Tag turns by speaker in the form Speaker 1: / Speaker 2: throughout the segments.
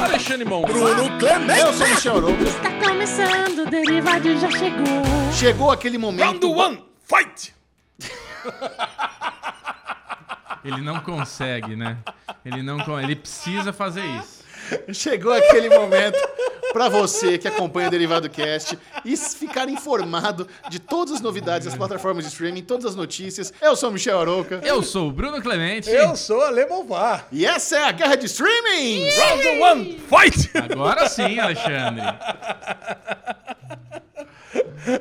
Speaker 1: Alexandre Mão.
Speaker 2: Bruno Clemente.
Speaker 3: Eu sou Michel Arouca.
Speaker 4: Está começando, o Derivado já chegou.
Speaker 3: Chegou aquele momento.
Speaker 1: Round one, fight!
Speaker 5: Ele não consegue, né? Ele não con- ele precisa fazer isso.
Speaker 3: Chegou aquele momento pra você que acompanha o Derivado Cast e s- ficar informado de todas as novidades das plataformas de streaming, todas as notícias. Eu sou Michel Arouca.
Speaker 5: Eu sou o Bruno Clemente.
Speaker 2: Eu sou Ale Bonfá.
Speaker 3: E essa é a guerra de streaming!
Speaker 1: Round one, fight!
Speaker 5: Agora sim, Alexandre.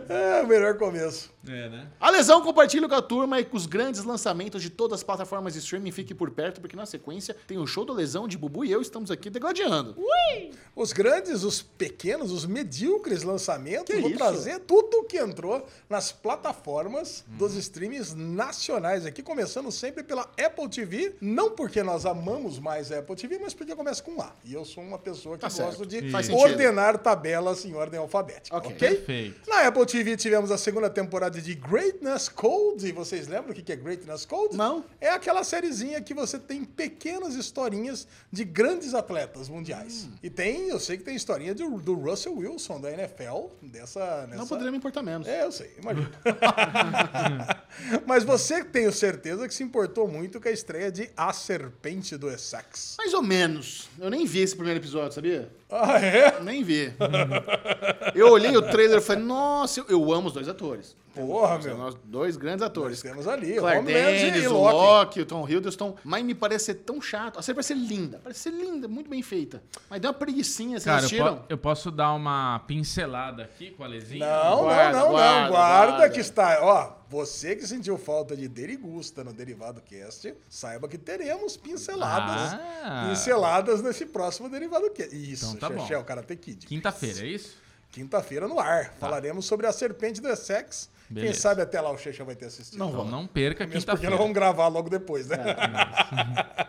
Speaker 2: É o melhor começo.
Speaker 5: É, né?
Speaker 3: A lesão compartilha com a turma e com os grandes lançamentos de todas as plataformas de streaming. Fique por perto, porque na sequência tem o show do Lesão de Bubu e eu estamos aqui degladiando.
Speaker 2: Os grandes, os pequenos, os medíocres lançamentos.
Speaker 3: Que
Speaker 2: Vou
Speaker 3: isso?
Speaker 2: trazer tudo o que entrou nas plataformas dos streams nacionais aqui, começando sempre pela Apple TV. Não porque nós amamos mais a Apple TV, mas porque começa com A. E eu sou uma pessoa que
Speaker 3: Tá certo.
Speaker 2: gosto de
Speaker 3: Faz sentido.
Speaker 2: ordenar tabelas em ordem alfabética.
Speaker 3: Ok.
Speaker 2: Ok?
Speaker 5: Perfeito.
Speaker 2: Na Apple TV tivemos a segunda temporada de Greatness Code. E vocês lembram o que que é Greatness Code?
Speaker 3: Não.
Speaker 2: É aquela sériezinha que você tem pequenas historinhas de grandes atletas mundiais.
Speaker 3: Hum.
Speaker 2: E tem, eu sei que tem historinha do, do Russell Wilson, da NFL, dessa. Nessa...
Speaker 3: Não poderia me importar menos.
Speaker 2: É, eu sei, imagino. Mas você tenho certeza que se importou muito com a estreia de A Serpente do Essex.
Speaker 3: Mais ou menos. Eu nem vi esse primeiro episódio, sabia?
Speaker 2: Ah, é?
Speaker 3: Nem vi. eu olhei o trailer e falei, nossa, eu, eu amo os dois atores.
Speaker 2: Porra,
Speaker 3: São
Speaker 2: meu.
Speaker 3: nós dois grandes atores.
Speaker 2: Temos ali,
Speaker 3: Claire
Speaker 2: Homeland
Speaker 3: Danes,
Speaker 2: e
Speaker 3: o
Speaker 2: Loki.
Speaker 3: Loki, o Tom Hiddleston. Mas me parece ser tão chato. A série parece ser linda. Parece ser linda, muito bem feita. Mas deu uma preguiçinha, vocês
Speaker 5: Cara, eu,
Speaker 3: assistiram?
Speaker 5: po- eu posso dar uma pincelada aqui com a Lezinha?
Speaker 2: Não,
Speaker 3: Guarda,
Speaker 2: não, não,
Speaker 3: guarda,
Speaker 2: não. Guarda,
Speaker 3: guarda.
Speaker 2: que está. Ó, você que sentiu falta de Derigusta no Derivado Cast, saiba que teremos pinceladas.
Speaker 5: Ah.
Speaker 2: Pinceladas nesse próximo Derivado Cast. Isso,
Speaker 5: Então tá bom.
Speaker 2: Xexé, o Karate Kid.
Speaker 5: Quinta-feira, é isso?
Speaker 2: Quinta-feira no ar. Falaremos sobre a serpente do Essex. Quem
Speaker 5: Beleza.
Speaker 2: sabe até lá o Xexé vai ter assistido.
Speaker 5: Então não perca
Speaker 2: É Mesmo porque
Speaker 5: quinta-feira.
Speaker 2: nós vamos gravar logo depois, né?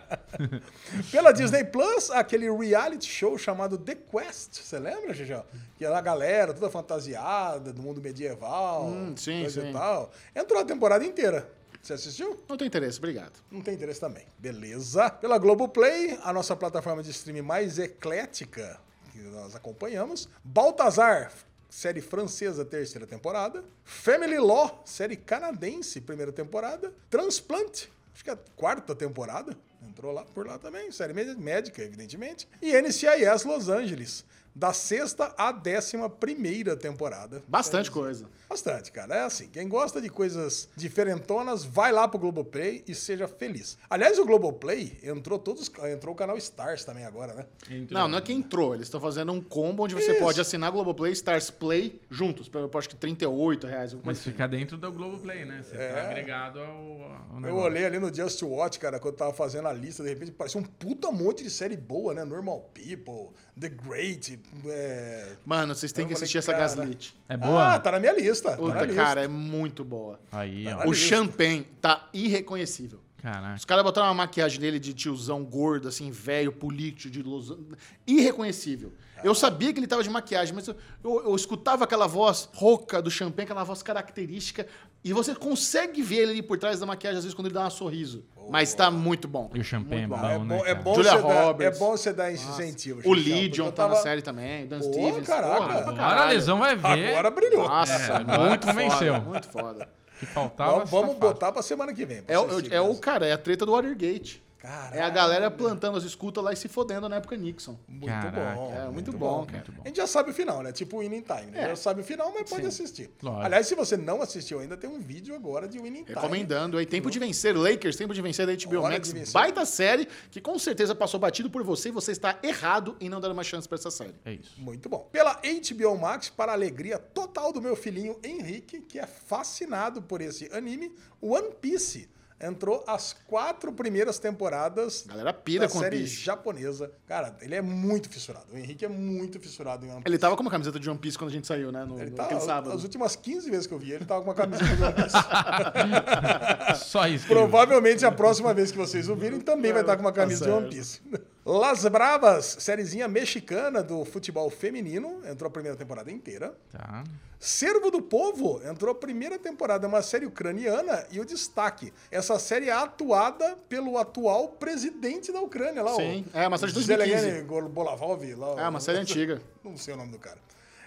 Speaker 2: Pela Disney Plus, aquele reality show chamado The Quest. Você lembra, Xixão? Que era a galera toda fantasiada, do mundo medieval,
Speaker 3: Hum, sim,
Speaker 2: coisa
Speaker 3: sim.
Speaker 2: e tal. Entrou a temporada inteira. Você assistiu?
Speaker 3: Não tem interesse, obrigado.
Speaker 2: Não tem interesse também. Beleza. Pela Globoplay, a nossa plataforma de streaming mais eclética que nós acompanhamos. Baltazar, série francesa, terceira temporada. Family Law, série canadense, primeira temporada. Transplant, acho que é a quarta temporada. Entrou lá por lá também, série mé- médica, evidentemente. E NCIS Los Angeles, da sexta à décima primeira temporada.
Speaker 3: Bastante coisa.
Speaker 2: Bastante, cara. É assim, quem gosta de coisas diferentonas, vai lá pro Globoplay e seja feliz. Aliás, o Globoplay entrou todos, entrou o canal Stars também agora, né?
Speaker 5: Entrou.
Speaker 3: Não, não é que entrou. Eles estão fazendo um combo onde você
Speaker 2: Isso.
Speaker 3: pode assinar Globoplay e Stars Play juntos. Pelo, acho que R$ 38 reais. alguma
Speaker 5: Mas
Speaker 3: coisa assim.
Speaker 5: fica dentro do Globoplay, né? Você tá agregado ao, ao
Speaker 2: É.
Speaker 3: é
Speaker 2: Eu
Speaker 5: negócio.
Speaker 2: olhei ali no Just Watch, cara, quando tava fazendo a lista, de repente parecia um puta monte de série boa, né? Normal People, The Great, é...
Speaker 3: Mano, vocês têm
Speaker 2: Eu
Speaker 3: que
Speaker 2: falei,
Speaker 3: assistir essa
Speaker 2: cara.
Speaker 3: Gaslit.
Speaker 5: É boa?
Speaker 2: Ah, tá na minha lista. tá na
Speaker 3: Puta,
Speaker 2: lista.
Speaker 3: cara, é muito boa.
Speaker 5: Aí, ó.
Speaker 2: Tá
Speaker 3: O
Speaker 2: lista.
Speaker 3: champanhe tá irreconhecível. Os
Speaker 5: Caraca.
Speaker 3: caras botaram uma maquiagem nele de tiozão gordo, assim, velho, político, de Los Irreconhecível.
Speaker 2: É.
Speaker 3: Eu sabia que ele tava de maquiagem, mas eu, eu- eu escutava aquela voz rouca do champanhe, aquela voz característica. E você consegue ver ele ali por trás da maquiagem, às vezes, quando ele dá um sorriso. Mas tá muito bom.
Speaker 5: E o champanhe é
Speaker 3: Muito
Speaker 5: bom,
Speaker 3: bom.
Speaker 5: né?
Speaker 2: É bom, é
Speaker 5: cara?
Speaker 2: bom, você
Speaker 3: Julia
Speaker 2: dar, é
Speaker 3: Roberts.
Speaker 2: bom você dar esse incentivo.
Speaker 3: O
Speaker 2: Xixão, porque
Speaker 3: Lidion
Speaker 2: eu
Speaker 3: tá na
Speaker 2: tava-
Speaker 3: série também, o Dan
Speaker 2: Pô,
Speaker 3: Stevens.
Speaker 2: caraca.
Speaker 3: Porra, pra caralho.
Speaker 5: Agora a Lesão vai ver.
Speaker 2: Agora brilhou.
Speaker 3: Nossa,
Speaker 5: É, agora
Speaker 3: muito
Speaker 5: convenceu.
Speaker 3: foda, muito foda.
Speaker 5: que faltava.
Speaker 2: Vamos, vamos
Speaker 5: tá fácil.
Speaker 2: botar pra semana que vem. pra
Speaker 3: É, o-
Speaker 2: vocês
Speaker 3: é o
Speaker 2: verem.
Speaker 3: cara, é a treta do Watergate.
Speaker 2: Caralho.
Speaker 3: É a galera plantando as escutas lá e se fodendo na época Nixon.
Speaker 2: Muito
Speaker 5: Caraca,
Speaker 2: bom.
Speaker 3: É, muito, bom, cara.
Speaker 5: Muito bom.
Speaker 2: A gente já sabe o final, né? Tipo Winning Time.
Speaker 3: É.
Speaker 2: Né? Já sabe o final, mas pode assistir.
Speaker 5: Lógico.
Speaker 2: Aliás, se você não assistiu ainda, tem um vídeo agora de Winning Time.
Speaker 3: Recomendando aí. Tempo de vencer, Lakers, tempo de vencer da HBO
Speaker 2: Tá Hora
Speaker 3: Max.
Speaker 2: de vencer.
Speaker 3: Baita série que com certeza passou batido por você e você está errado em não dar uma chance pra essa série.
Speaker 5: É isso.
Speaker 2: Muito bom. Pela HBO Max, para a alegria total do meu filhinho Henrique, que é fascinado por esse anime, One Piece. Entrou as quatro primeiras temporadas
Speaker 3: Galera pira
Speaker 2: da
Speaker 3: com One
Speaker 2: série
Speaker 3: Piece.
Speaker 2: japonesa. Cara, ele é muito fissurado. O Henrique é muito fissurado em One Piece.
Speaker 3: Ele tava com uma camiseta de One Piece quando a gente saiu, né? No,
Speaker 2: Ele
Speaker 3: no-
Speaker 2: tá,
Speaker 3: aquele sábado.
Speaker 2: as últimas 15 vezes que eu vi, ele tava com uma camisa de One Piece.
Speaker 5: Só isso. querido.
Speaker 2: Provavelmente a próxima vez que vocês o virem também vai estar com uma camisa de
Speaker 3: Tá certo.
Speaker 2: One Piece. Las Bravas, sériezinha mexicana do futebol feminino, entrou a primeira temporada inteira.
Speaker 5: Tá.
Speaker 2: Servo do Povo entrou a primeira temporada, é uma série ucraniana, e o destaque, essa série é atuada pelo atual presidente da Ucrânia, lá
Speaker 3: Sim,
Speaker 2: o
Speaker 3: é uma série de
Speaker 2: Zelensky
Speaker 3: 2015.
Speaker 2: Gol- Bolavov, lá o-
Speaker 3: É uma série antiga.
Speaker 2: Não sei o nome do cara.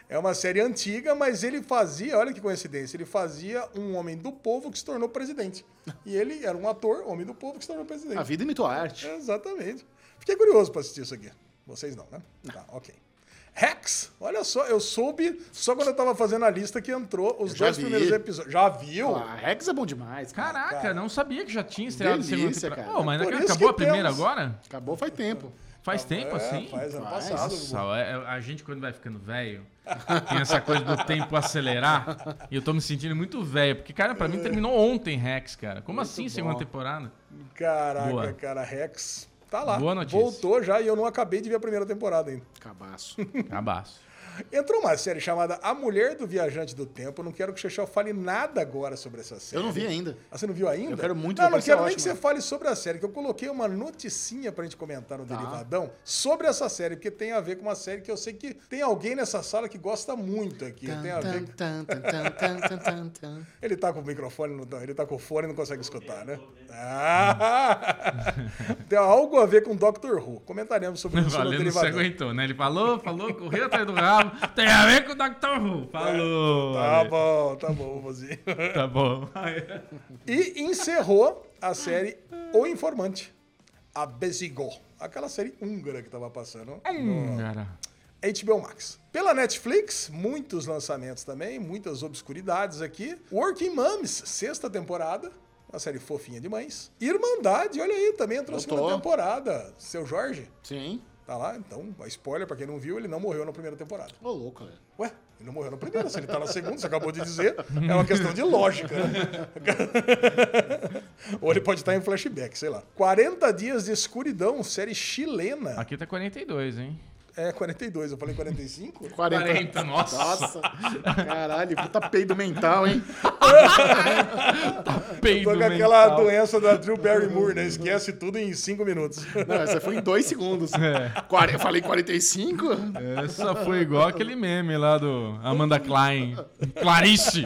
Speaker 2: É uma série antiga, mas ele fazia, olha que coincidência, ele fazia um homem do povo que se tornou presidente. E ele era um ator, homem do povo, que se tornou presidente.
Speaker 3: A
Speaker 5: Ah,
Speaker 3: vida imitou a arte.
Speaker 2: É. Exatamente. Fiquei curioso pra assistir isso aqui. Vocês não, né? Tá, ok. Rex, olha só, eu soube só quando eu tava fazendo a lista que entrou os
Speaker 3: Eu já
Speaker 2: dois
Speaker 3: vi.
Speaker 2: primeiros episódios. Já viu?
Speaker 3: Pô, a Rex é bom demais, cara.
Speaker 5: Caraca, não sabia que já tinha estreado a segunda
Speaker 3: Delícia,
Speaker 5: temporada.
Speaker 3: cara.
Speaker 5: Pô, mas
Speaker 2: Por
Speaker 5: naquela-
Speaker 2: isso
Speaker 5: acabou
Speaker 2: que
Speaker 5: a primeira
Speaker 2: temos.
Speaker 5: agora?
Speaker 3: Acabou faz tempo.
Speaker 5: Faz tempo,
Speaker 2: É,
Speaker 5: assim?
Speaker 2: faz ano
Speaker 3: Faz.
Speaker 2: passado.
Speaker 5: Nossa, é- a gente quando vai ficando velho, tem essa coisa do tempo acelerar. E eu tô me sentindo muito velho, porque, cara,
Speaker 2: É.
Speaker 5: pra mim terminou ontem Rex, cara. Como assim, segunda temporada?
Speaker 2: Caraca,
Speaker 5: Boa.
Speaker 2: cara, Rex. Tá lá.
Speaker 5: Boa notícia.
Speaker 2: Voltou já e eu não acabei de ver a primeira temporada ainda.
Speaker 3: Cabaço.
Speaker 5: Abaço.
Speaker 2: Entrou uma série chamada A Mulher do Viajante do Tempo. Não quero que o Chechel fale nada agora sobre essa série.
Speaker 3: Eu não vi ainda.
Speaker 2: Ah, você não viu ainda?
Speaker 3: Eu quero muito
Speaker 2: Não,
Speaker 3: ver,
Speaker 2: não
Speaker 3: parece
Speaker 2: quero nem
Speaker 3: ótimo.
Speaker 2: que você fale sobre a série, que eu coloquei uma noticinha pra gente
Speaker 3: Tá.
Speaker 2: comentar no Derivadão sobre essa série, porque tem a ver com uma série que eu sei que tem alguém nessa sala que gosta muito aqui. Tem a ver...
Speaker 3: Tan, tan, tan, tan, tan, tan, tan.
Speaker 2: Ele tá com o microfone, não tá- ele tá com o fone e não consegue escutar, né? Ah! tem algo a ver com Doctor Who. Comentaremos sobre isso no
Speaker 5: Valeu, não se
Speaker 2: Derivadão.
Speaker 5: aguentou, né? Ele falou, falou, correu atrás do rabo. Tem a ver com o Dr. Who. Falou.
Speaker 2: Tá bom, tá bom, vozinho.
Speaker 5: Tá bom.
Speaker 2: E encerrou a série O Informante, a Bezigo. Aquela série húngara que tava passando.
Speaker 5: Hum, cara.
Speaker 2: HBO Max. Pela Netflix, muitos lançamentos também, muitas obscuridades aqui. Working Moms, sexta temporada. Uma série fofinha demais. Irmandade, olha aí, também entrou na
Speaker 3: Voltou.
Speaker 2: segunda temporada. Seu Jorge,
Speaker 3: Sim.
Speaker 2: tá lá, então, spoiler pra quem não viu, ele não morreu na primeira temporada.
Speaker 3: Ô, louco, velho.
Speaker 2: Ué, ele não morreu na primeira, se ele tá na segunda, você acabou de dizer. É uma questão de lógica. né? Ou ele pode estar em flashback, sei lá. 40 Dias de Escuridão, série chilena.
Speaker 5: Aqui tá 42, hein?
Speaker 2: É, 42, eu falei 45?
Speaker 3: 40.
Speaker 5: 40, nossa.
Speaker 3: Nossa. Caralho, puta peido mental, hein?
Speaker 5: Peido
Speaker 2: Tô com aquela
Speaker 5: mental.
Speaker 2: doença da Drew Barrymore, né? Esquece tudo em cinco minutos.
Speaker 3: Não, essa foi em dois segundos.
Speaker 5: É.
Speaker 3: Quar- Eu falei 45?
Speaker 5: Essa foi igual aquele meme lá do Amanda Klein. Clarice!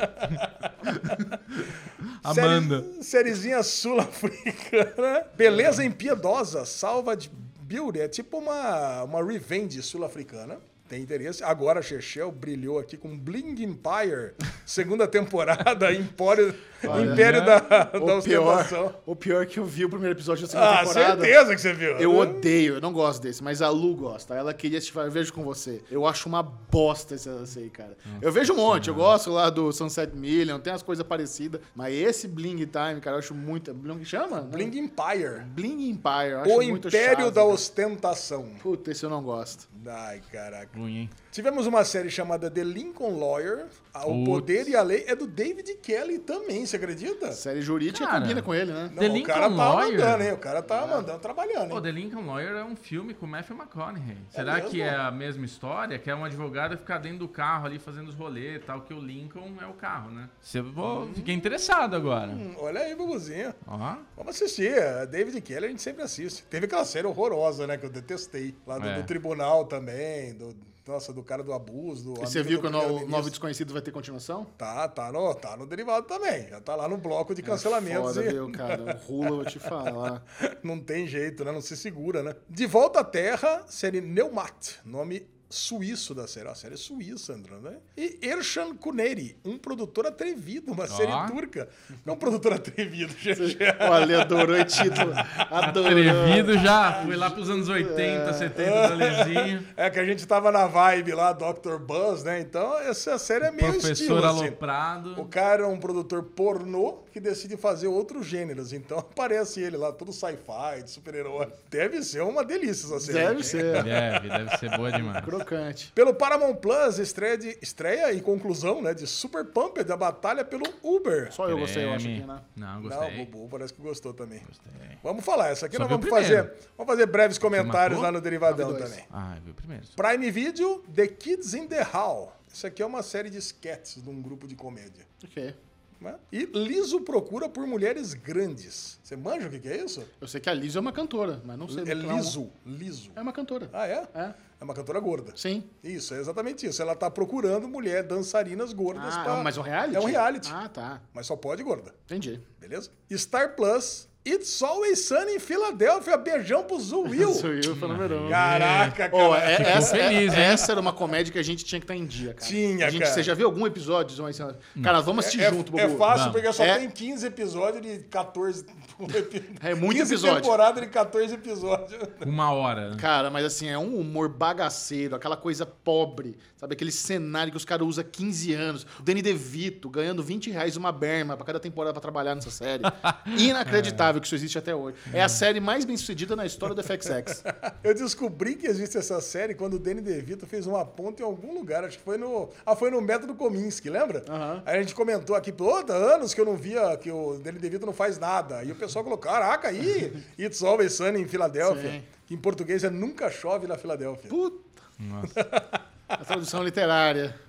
Speaker 5: Amanda.
Speaker 2: Série, sériezinha sul-africana. Beleza Impiedosa, salva de beauty. É tipo uma, uma revenge sul-africana. Tem interesse. Agora a Chechel brilhou aqui com Bling Empire, segunda temporada, Empório, Império da, da
Speaker 3: né? O pior,
Speaker 2: Ostentação.
Speaker 3: o pior que eu vi o primeiro episódio da segunda
Speaker 2: Ah,
Speaker 3: temporada.
Speaker 2: certeza que você viu.
Speaker 3: Eu odeio, eu não gosto desse, mas a Lu gosta. Ela queria assistir, eu vejo com você. Eu acho uma bosta esse lance aí, cara. Eu vejo um monte, eu gosto lá do Sunset Million, tem as coisas parecidas, mas esse Bling Time, cara, eu acho muito. Bling chama?
Speaker 2: Bling Empire,
Speaker 3: Bling Empire, eu acho
Speaker 2: o
Speaker 3: muito
Speaker 2: Império
Speaker 3: chato,
Speaker 2: da
Speaker 3: cara.
Speaker 2: Ostentação.
Speaker 3: Puta, esse eu não gosto.
Speaker 2: Ai, caraca.
Speaker 5: Ruim, hein?
Speaker 2: Tivemos uma série chamada The Lincoln Lawyer. A- O
Speaker 5: Putz.
Speaker 2: Poder e a Lei é do David Kelly também, você acredita?
Speaker 3: Série jurídica
Speaker 5: Cara.
Speaker 3: combina com ele, né?
Speaker 2: Não,
Speaker 5: The
Speaker 2: o
Speaker 5: Lincoln
Speaker 2: cara tá
Speaker 5: Lawyer? É.
Speaker 2: mandando, hein? O cara tá mandando, trabalhando,
Speaker 5: Pô,
Speaker 2: hein?
Speaker 5: The Lincoln Lawyer é um filme com Matthew McConaughey. Será
Speaker 2: mesmo?
Speaker 5: que é a mesma história? Que é um advogado ficar dentro do carro ali fazendo os rolês e tal, que o Lincoln é o carro, né? Você, vou, fiquei interessado agora.
Speaker 2: Hum, Olha aí, Bubuzinho.
Speaker 5: Ó,
Speaker 2: Vamos assistir. É, David Kelly a gente sempre assiste. Teve aquela série horrorosa, né? Que eu detestei. Lá do,
Speaker 5: É.
Speaker 2: do tribunal também. Do, nossa, do cara do abuso. Do
Speaker 3: E você
Speaker 2: amigo
Speaker 3: viu
Speaker 2: do
Speaker 3: que o no-
Speaker 2: primeiro-ministro.
Speaker 3: Novo Desconhecido vai ter continuação?
Speaker 2: Tá, tá no, tá no derivado também. Já tá lá no bloco de cancelamentos.
Speaker 3: É Foda,
Speaker 2: e-
Speaker 3: viu, cara? O Rula, eu vou te falar.
Speaker 2: Não tem jeito, né? Não se segura, né? De volta à Terra, série Neumat, nome suíço da série. Ó, A série é suíça, André, né? E Erşan Kuneri, um produtor atrevido, uma série turca. Não um produtor atrevido, gente.
Speaker 3: Olha, adorou o título. Adorou.
Speaker 5: atrevido já. Fui lá pros anos 80, 70, do Lezinho.
Speaker 2: É que a gente tava na vibe lá, Dr. Buzz, né? Então, essa série é meio
Speaker 5: Professor
Speaker 2: estilo, assim. O
Speaker 5: Aloprado.
Speaker 2: cara é um produtor pornô que decide fazer outros gêneros. Então, aparece ele lá, todo sci-fi, de super-herói. Deve ser uma delícia essa série.
Speaker 3: Deve ser.
Speaker 5: Deve, deve ser boa demais.
Speaker 3: Crocante.
Speaker 2: Pelo Paramount Plus, estreia, de- estreia e conclusão né, de Super Pumper da batalha pelo Uber.
Speaker 3: Só eu gostei, eu acho
Speaker 5: Creme.
Speaker 3: aqui, né?
Speaker 5: Não,
Speaker 2: Não,
Speaker 5: gostei.
Speaker 2: Bubu parece que gostou também.
Speaker 5: Gostei.
Speaker 2: Vamos falar, essa aqui
Speaker 5: Só
Speaker 2: nós
Speaker 5: vi o
Speaker 2: vamos fazer,
Speaker 5: primeiro.
Speaker 2: vamos fazer breves comentários
Speaker 5: matou?
Speaker 2: lá no Derivadão
Speaker 3: dois.
Speaker 2: também.
Speaker 5: Ah, viu primeiro. só.
Speaker 2: Prime Video, The Kids in the Hall. Isso aqui é uma série de sketches de um grupo de comédia.
Speaker 3: Ok.
Speaker 2: né? E liso procura por mulheres grandes. Você manja o que, que é isso?
Speaker 3: Eu sei que a Liso é uma cantora, mas não sei.
Speaker 2: É
Speaker 3: do que ela-
Speaker 2: liso, liso.
Speaker 3: É uma cantora.
Speaker 2: Ah, é?
Speaker 3: É.
Speaker 2: É uma cantora gorda.
Speaker 3: Sim.
Speaker 2: Isso, é exatamente isso. Ela tá procurando mulher, dançarinas gordas
Speaker 3: Ah,
Speaker 2: pra-
Speaker 3: mas um reality?
Speaker 2: É um reality.
Speaker 3: Ah, tá.
Speaker 2: Mas só pode gorda,
Speaker 3: Entendi.
Speaker 2: beleza? Star Plus, It's Always Sunny em Filadélfia. Beijão pro Zuil.
Speaker 3: Sou eu, foi número um.
Speaker 2: Caraca, cara.
Speaker 3: Ô, é-
Speaker 5: Ficou
Speaker 3: essa,
Speaker 5: feliz,
Speaker 3: é-
Speaker 5: hein?
Speaker 3: essa era uma comédia que a gente tinha que estar em dia, cara.
Speaker 2: Tinha,
Speaker 3: a gente,
Speaker 2: cara.
Speaker 3: Você já viu algum episódio? Zão, esse-
Speaker 5: Hum.
Speaker 3: Cara, vamos assistir
Speaker 2: É-
Speaker 3: junto,
Speaker 2: é,
Speaker 3: Bubu.
Speaker 2: fácil
Speaker 5: Vamos.
Speaker 2: porque só
Speaker 3: É.
Speaker 2: tem 15 episódios de 14.
Speaker 3: É muito
Speaker 2: 15
Speaker 3: episódio.
Speaker 2: temporada de 14 episódios.
Speaker 5: Uma hora.
Speaker 3: Cara, mas assim, é um humor bagaceiro, aquela coisa pobre, sabe? Aquele cenário que os caras usam há 15 anos. O Danny DeVito ganhando 20 reais uma berma pra cada temporada pra trabalhar nessa série. Inacreditável que isso existe até hoje. É a série mais bem sucedida na história do FXX.
Speaker 2: Eu descobri que existe essa série quando o Danny DeVito fez uma ponta em algum lugar. Acho que foi no. Ah, foi no Método Kominsky, lembra?
Speaker 3: Aham.
Speaker 2: Aí a gente comentou aqui, pô, tá anos que eu não via que o Danny DeVito não faz nada. E o pessoal colocou, caraca, aí, It's Always Sunny em Filadélfia.
Speaker 3: Sim.
Speaker 2: Que em português é Nunca Chove na Filadélfia.
Speaker 3: Puta! A tradução literária.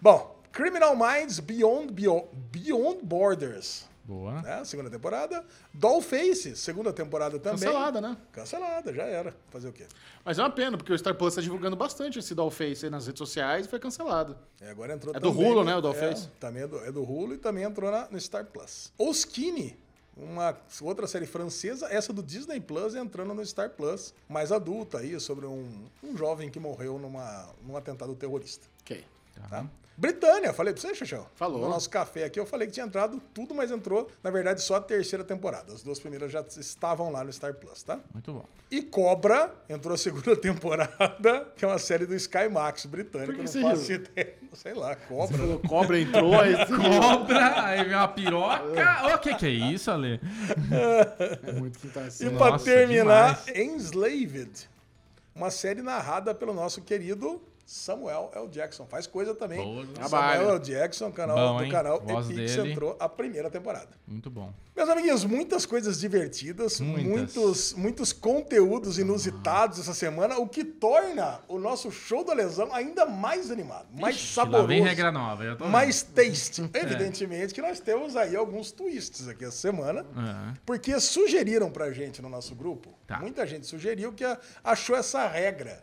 Speaker 2: Bom, Criminal Minds Beyond, Beyond, Beyond Borders.
Speaker 5: Boa.
Speaker 2: né? Segunda temporada. Dollface, segunda temporada também.
Speaker 3: Cancelada, né?
Speaker 2: Cancelada, já era. Fazer o quê?
Speaker 3: Mas é uma pena, porque o Star Plus tá divulgando bastante esse Dollface aí nas redes sociais e foi cancelado.
Speaker 2: É, agora entrou
Speaker 3: É do
Speaker 2: também-
Speaker 3: Hulu, né, o Dollface?
Speaker 2: É, também é do, é do Hulu e também entrou na, no Star Plus. Oskine, uma outra série francesa, essa do Disney Plus entrando no Star Plus, mais adulta aí, sobre um, um jovem que morreu numa, num atentado terrorista.
Speaker 3: Ok.
Speaker 2: Tá? Britânia, falei pra você, Xaxão.
Speaker 3: Falou.
Speaker 2: No nosso café aqui eu falei que tinha entrado tudo, mas entrou, na verdade, só a terceira temporada. As duas primeiras já estavam lá no Star Plus, tá?
Speaker 5: Muito bom.
Speaker 2: E Cobra entrou a segunda temporada, que é uma série do Sky Max
Speaker 3: Por
Speaker 2: britânico.
Speaker 3: que
Speaker 2: não
Speaker 3: você
Speaker 2: faço
Speaker 3: riu?
Speaker 2: ideia. Sei lá, Cobra.
Speaker 3: Quando o Cobra entrou, aí...
Speaker 5: Cobra, aí vem uma piroca. O que que é isso, Ale?
Speaker 3: É muito quinta
Speaker 2: E
Speaker 3: série.
Speaker 2: pra
Speaker 5: Nossa,
Speaker 2: terminar, Enslaved. Uma série narrada pelo nosso querido Samuel L. Jackson. Faz coisa também.
Speaker 5: Boa.
Speaker 2: Samuel
Speaker 3: Trabalho.
Speaker 2: L. Jackson, canal
Speaker 5: Bom,
Speaker 2: do
Speaker 5: hein?
Speaker 2: canal
Speaker 5: Voz
Speaker 2: Epix,
Speaker 5: dele.
Speaker 2: entrou a primeira temporada.
Speaker 5: Muito bom.
Speaker 2: Meus amiguinhos, muitas coisas divertidas,
Speaker 5: Muitas.
Speaker 2: Muitos, muitos conteúdos inusitados essa semana, o que torna o nosso show da lesão ainda mais animado, mais
Speaker 5: Lá
Speaker 2: saboroso.
Speaker 5: vem regra nova. eu tô
Speaker 2: mais taste. Evidentemente que nós temos aí alguns twists aqui essa semana.
Speaker 5: vendo. É.
Speaker 2: Porque sugeriram pra gente no nosso grupo.
Speaker 5: Tá.
Speaker 2: Muita gente sugeriu que a- achou essa regra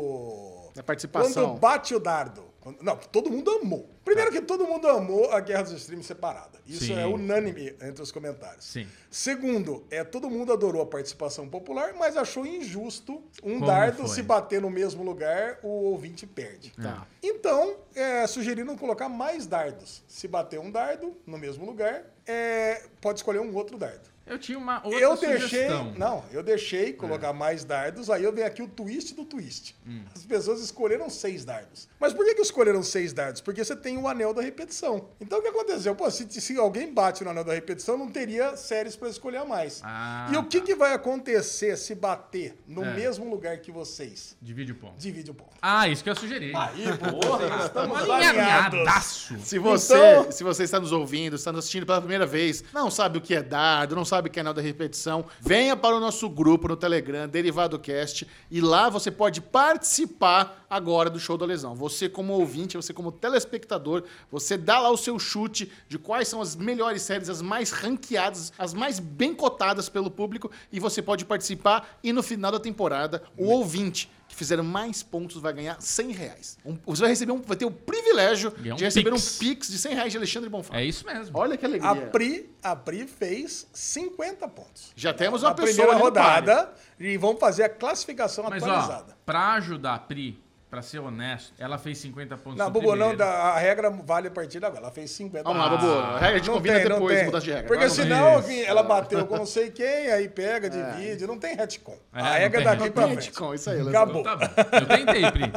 Speaker 2: do.
Speaker 3: Da participação.
Speaker 2: Quando bate o dardo. Quando- Não, todo mundo amou. Primeiro que todo mundo amou a Guerra dos Streams separada. Isso
Speaker 5: Tá. Sim.
Speaker 2: é unânime entre os comentários.
Speaker 5: Sim.
Speaker 2: Segundo, é, todo mundo adorou a participação popular, mas achou injusto um
Speaker 5: Como
Speaker 2: dardo
Speaker 5: foi?
Speaker 2: se bater no mesmo lugar, o ouvinte perde.
Speaker 3: Tá.
Speaker 2: Então, é, sugeriram colocar mais dardos. Se bater um dardo no mesmo lugar, é, pode escolher um outro dardo.
Speaker 5: Eu tinha uma outra
Speaker 2: eu deixei.
Speaker 5: sugestão. É.
Speaker 2: Não, eu deixei colocar mais dardos, aí eu venho aqui o twist do twist.
Speaker 5: Hum.
Speaker 2: As pessoas escolheram seis dardos. Mas por que, que escolheram seis dardos? Porque você tem o anel da repetição. Então o que aconteceu? Pô, se, se alguém bate no anel da repetição, não teria séries pra escolher a mais.
Speaker 5: Ah,
Speaker 2: e o que, que vai acontecer se bater no
Speaker 5: É.
Speaker 2: mesmo lugar que vocês?
Speaker 5: Divide o ponto.
Speaker 2: Divide o ponto.
Speaker 5: Ah, isso que eu sugeri. Tá
Speaker 2: Aí, porra,
Speaker 5: Uma
Speaker 2: estamos alinhados.
Speaker 5: alinhadaço.
Speaker 3: Se você,
Speaker 2: Então-
Speaker 3: se você está nos ouvindo, está nos assistindo pela primeira vez, não sabe o que é dado, não sabe o que é anel da repetição, venha para o nosso grupo no Telegram, Derivado Cast, e lá você pode participar agora do show da lesão. Você como ouvinte, você como telespectador, você dá lá o seu chute de quais são as melhores séries, as mais ranqueadas, as mais bem cotadas pelo público, e você pode participar e no final da temporada, o ouvinte que fizer mais pontos vai ganhar 100 reais. Um- você vai receber um, vai ter o privilégio
Speaker 5: E é um
Speaker 3: de receber
Speaker 5: Pix.
Speaker 3: um Pix de 100 reais de Alexandre Bonfá.
Speaker 5: É isso mesmo.
Speaker 3: Olha que alegria.
Speaker 2: A Pri, a Pri fez 50 pontos.
Speaker 3: Já temos uma
Speaker 2: Na
Speaker 3: pessoa
Speaker 2: primeira
Speaker 3: ali no
Speaker 2: rodada e vão fazer a classificação
Speaker 5: Mas, ó,
Speaker 2: atualizada.
Speaker 5: pra ajudar a Pri, pra ser honesto, ela fez 50 pontos
Speaker 2: não,
Speaker 5: no
Speaker 2: Bubu, não,
Speaker 5: primeiro.
Speaker 2: da- a regra vale a partir de agora. Ela fez 50
Speaker 5: Ah,
Speaker 3: Vamos lá, Babu. A regra de
Speaker 2: Não
Speaker 3: convida
Speaker 2: tem, não
Speaker 3: depois,
Speaker 2: tem.
Speaker 3: mudança de regra.
Speaker 2: Porque
Speaker 3: Agora não
Speaker 2: senão
Speaker 5: tem.
Speaker 2: que ela bateu com não sei quem, aí pega, divide, não tem retcon.
Speaker 5: É,
Speaker 2: a
Speaker 5: não
Speaker 2: regra é
Speaker 5: tem
Speaker 2: daqui
Speaker 5: retcon.
Speaker 2: pra
Speaker 3: tem
Speaker 2: frente.
Speaker 3: retcon, isso aí, Alessandro.
Speaker 2: Acabou.
Speaker 5: Tá bom. Eu tentei, Pri.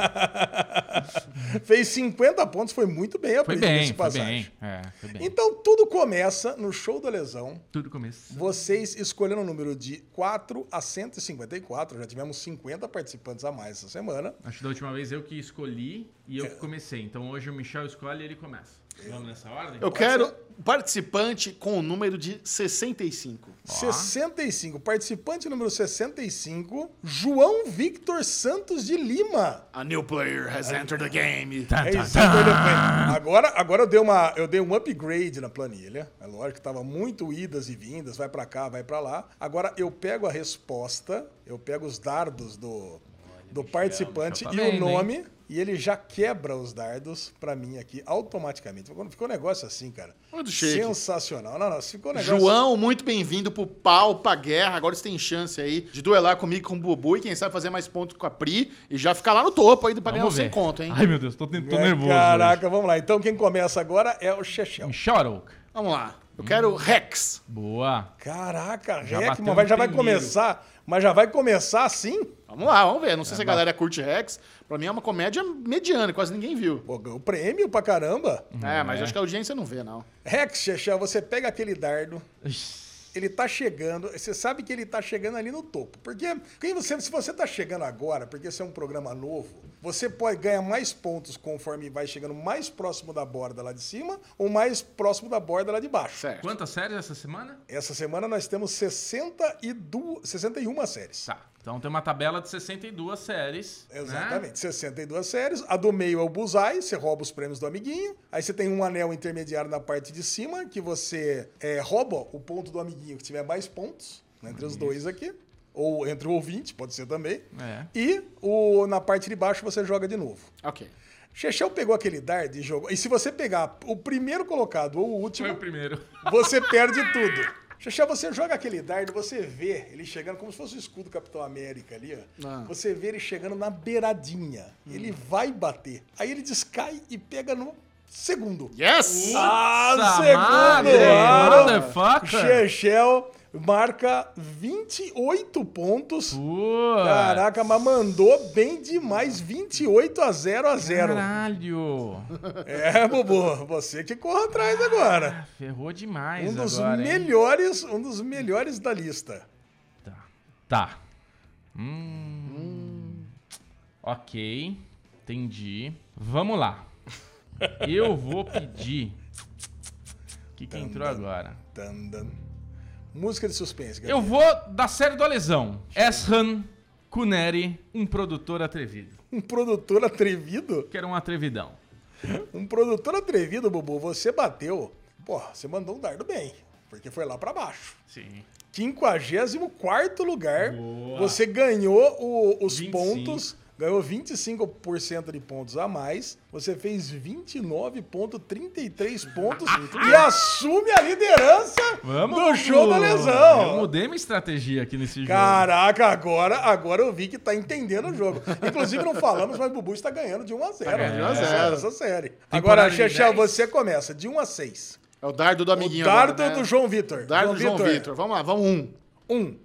Speaker 2: Fez 50 pontos, foi muito bem a
Speaker 5: Foi
Speaker 2: Pri
Speaker 5: bem,
Speaker 2: nesse
Speaker 5: foi
Speaker 2: passagem.
Speaker 5: bem. É, foi bem.
Speaker 2: Então tudo começa no show da lesão,
Speaker 5: Tudo começou.
Speaker 2: Vocês escolheram o número de 4 a 154. Já tivemos 50 participantes a mais essa semana. É.
Speaker 5: Acho que da última vez eu que escolhi e eu que comecei. Então hoje o Michel escolhe e ele começa. Vamos nessa ordem?
Speaker 3: Eu quero participante com o número de 65.
Speaker 2: 65. Participante número 65, João Victor Santos de Lima.
Speaker 3: A new player has entered the game.
Speaker 5: Tá.
Speaker 2: É isso, eu tô olhando pra ele. agora, agora eu dei uma, eu dei um upgrade na planilha. É lógico que tava muito idas e vindas, vai pra cá, vai pra lá. Agora eu pego a resposta, eu pego os dardos do, do participante
Speaker 5: tá
Speaker 2: e
Speaker 5: bem,
Speaker 2: o
Speaker 5: hein?
Speaker 2: nome e ele já quebra os dardos pra mim aqui automaticamente. Ficou, ficou um negócio assim, cara.
Speaker 3: Muito chique.
Speaker 2: Sensacional. Não, não, ficou um negócio
Speaker 3: João, muito bem-vindo pro pau, pra guerra. Agora você tem chance aí de duelar comigo com o Bubu e quem sabe fazer mais ponto com a Pri e já ficar lá no topo aí do
Speaker 5: Vamos
Speaker 3: pagamento
Speaker 5: ver.
Speaker 3: sem conto, hein?
Speaker 5: Ai, meu Deus, tô, ten- tô
Speaker 2: É,
Speaker 5: nervoso. hoje.
Speaker 2: Caraca, vamos lá. Então quem começa agora é o Chechel.
Speaker 5: Michel Oak.
Speaker 3: Vamos lá. Eu quero Rex.
Speaker 5: Boa.
Speaker 2: Caraca,
Speaker 5: Já
Speaker 2: Jack,
Speaker 5: bateu
Speaker 2: mas vai-
Speaker 5: no
Speaker 2: já vai
Speaker 5: primeiro.
Speaker 2: começar, mas já vai começar assim?
Speaker 3: Vamos lá, vamos ver. Não sei
Speaker 2: É,
Speaker 3: se a galera curte Rex. Pra mim é uma comédia mediana, quase ninguém viu.
Speaker 2: Pô, ganhou prêmio pra caramba.
Speaker 3: É, mas
Speaker 5: é.
Speaker 3: acho que a audiência não vê, não.
Speaker 2: Rex, Chechel, você pega aquele dardo,
Speaker 5: Ixi,
Speaker 2: ele tá chegando, você sabe que ele tá chegando ali no topo. Porque quem você, se você tá chegando agora, porque esse é um programa novo, você pode ganhar mais pontos conforme vai chegando mais próximo da borda lá de cima ou mais próximo da borda lá de baixo.
Speaker 3: Certo.
Speaker 5: Quantas séries essa semana?
Speaker 2: Essa semana nós temos 62, 61 séries.
Speaker 5: Tá. Então tem uma tabela de 62 séries. né?
Speaker 2: Exatamente, 62 séries. A do meio é o Bullseye, você rouba os prêmios do amiguinho. Aí você tem um anel intermediário na parte de cima, que você é, rouba o ponto do amiguinho que tiver mais pontos, né, entre os dois aqui. Ou entre o ouvinte, pode ser também.
Speaker 5: É.
Speaker 2: E o, na parte de baixo você joga de novo.
Speaker 3: Ok.
Speaker 2: Chechel pegou aquele dardo e jogou. E se você pegar o primeiro colocado ou o último,
Speaker 5: Foi o primeiro.
Speaker 2: você perde tudo. Xaxá, você joga aquele dardo, você vê ele chegando como se fosse o escudo do Capitão América ali, ó.
Speaker 3: Ah. Hum.
Speaker 2: Você vê ele chegando na beiradinha. Ele vai bater. Aí ele descai e pega no segundo. Ah,
Speaker 3: Yes!
Speaker 2: Hum.
Speaker 3: é,
Speaker 5: Nossa, madre, Tá, motherfucker.
Speaker 2: Chechel marca 28 pontos.
Speaker 5: Putz.
Speaker 2: Caraca, mas mandou bem demais. 28 a 0 a 0.
Speaker 5: Caralho.
Speaker 2: É, Bubu, você que corre atrás agora.
Speaker 5: Ah, Ferrou demais
Speaker 2: Um dos
Speaker 5: agora, hein?
Speaker 2: melhores, um dos melhores da lista.
Speaker 5: Tá. Tá. Hum. Ok. Entendi. Vamos lá. Eu vou pedir. O que, que entrou agora?
Speaker 2: Dan, dan. Música de suspense,
Speaker 5: Eu
Speaker 2: galera.
Speaker 5: vou da série do Alesão. Eshan Kuneri, um produtor atrevido.
Speaker 2: Um produtor atrevido?
Speaker 5: Que era um atrevidão.
Speaker 2: Um produtor atrevido, Bubu, você bateu. Porra, você mandou um dardo bem, porque foi lá pra baixo.
Speaker 5: Sim.
Speaker 2: 54 lugar,
Speaker 5: Boa.
Speaker 2: você ganhou o- os
Speaker 5: 25.
Speaker 2: pontos, ganhou 25% de pontos a mais, você fez 29,33 pontos e assume a liderança
Speaker 5: Vamos
Speaker 2: do show da lesão.
Speaker 5: Eu mudei minha estratégia aqui nesse jogo.
Speaker 2: Caraca, agora, agora eu vi que tá entendendo o jogo. Inclusive, não falamos, mas o Bubu está ganhando de 1 a 0.
Speaker 3: Tá ganhando de 1 a
Speaker 2: Essa-
Speaker 3: 0.
Speaker 2: Essa série.
Speaker 5: Temporada
Speaker 2: agora,
Speaker 5: de
Speaker 2: Chechel,
Speaker 5: 10.
Speaker 2: você começa de 1 a 6.
Speaker 3: É o dardo do
Speaker 2: O
Speaker 3: amiguinho
Speaker 2: dardo é
Speaker 3: agora, né?
Speaker 2: do João Vitor.
Speaker 3: Dardo do João Vitor. Vamos lá, vamos um.
Speaker 2: 1.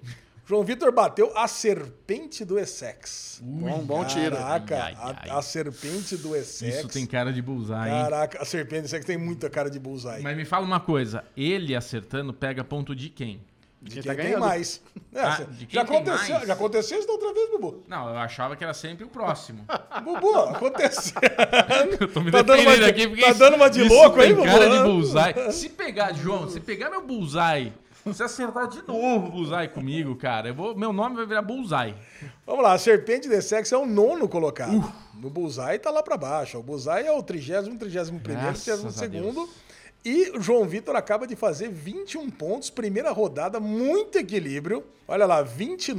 Speaker 2: João Vitor bateu a serpente do Essex.
Speaker 3: bom, bom tiro.
Speaker 2: Caraca,
Speaker 5: Ai, ai, ai.
Speaker 2: A, a serpente do Essex.
Speaker 5: Isso tem cara de bullseye, hein?
Speaker 2: Caraca, a serpente do Essex tem muita cara de bullseye.
Speaker 5: Mas me fala uma coisa. Ele acertando pega ponto de quem?
Speaker 2: de
Speaker 3: quem
Speaker 2: quem
Speaker 3: tá
Speaker 2: tem
Speaker 3: ganhando.
Speaker 2: mais. É,
Speaker 5: Ah,
Speaker 2: cê-
Speaker 5: de quem
Speaker 2: já,
Speaker 5: tem
Speaker 2: aconteceu,
Speaker 5: mais?
Speaker 2: já aconteceu isso da outra vez, Bubu.
Speaker 5: Não, eu achava que era sempre o próximo.
Speaker 2: Bubu, aconteceu.
Speaker 5: Eu tô me
Speaker 2: Tá dando
Speaker 5: defendendo
Speaker 2: uma de-
Speaker 5: aqui porque
Speaker 2: tá dando uma de
Speaker 5: isso
Speaker 2: louco
Speaker 5: tem
Speaker 2: aí, Bubu?
Speaker 5: cara de bullseye. Se pegar, João, se pegar meu bullseye, se acertar de novo o bullseye comigo, cara, eu vou, meu nome vai virar bullseye.
Speaker 2: Vamos lá, a Serpente de Sexo é o nono colocado. No Bullseye tá lá pra baixo. O Bullseye é o 30, 31, 32
Speaker 5: Graças a
Speaker 2: segundo.
Speaker 5: Deus.
Speaker 2: E o João Vitor acaba de fazer 21 pontos, primeira rodada, muito equilíbrio. Olha lá,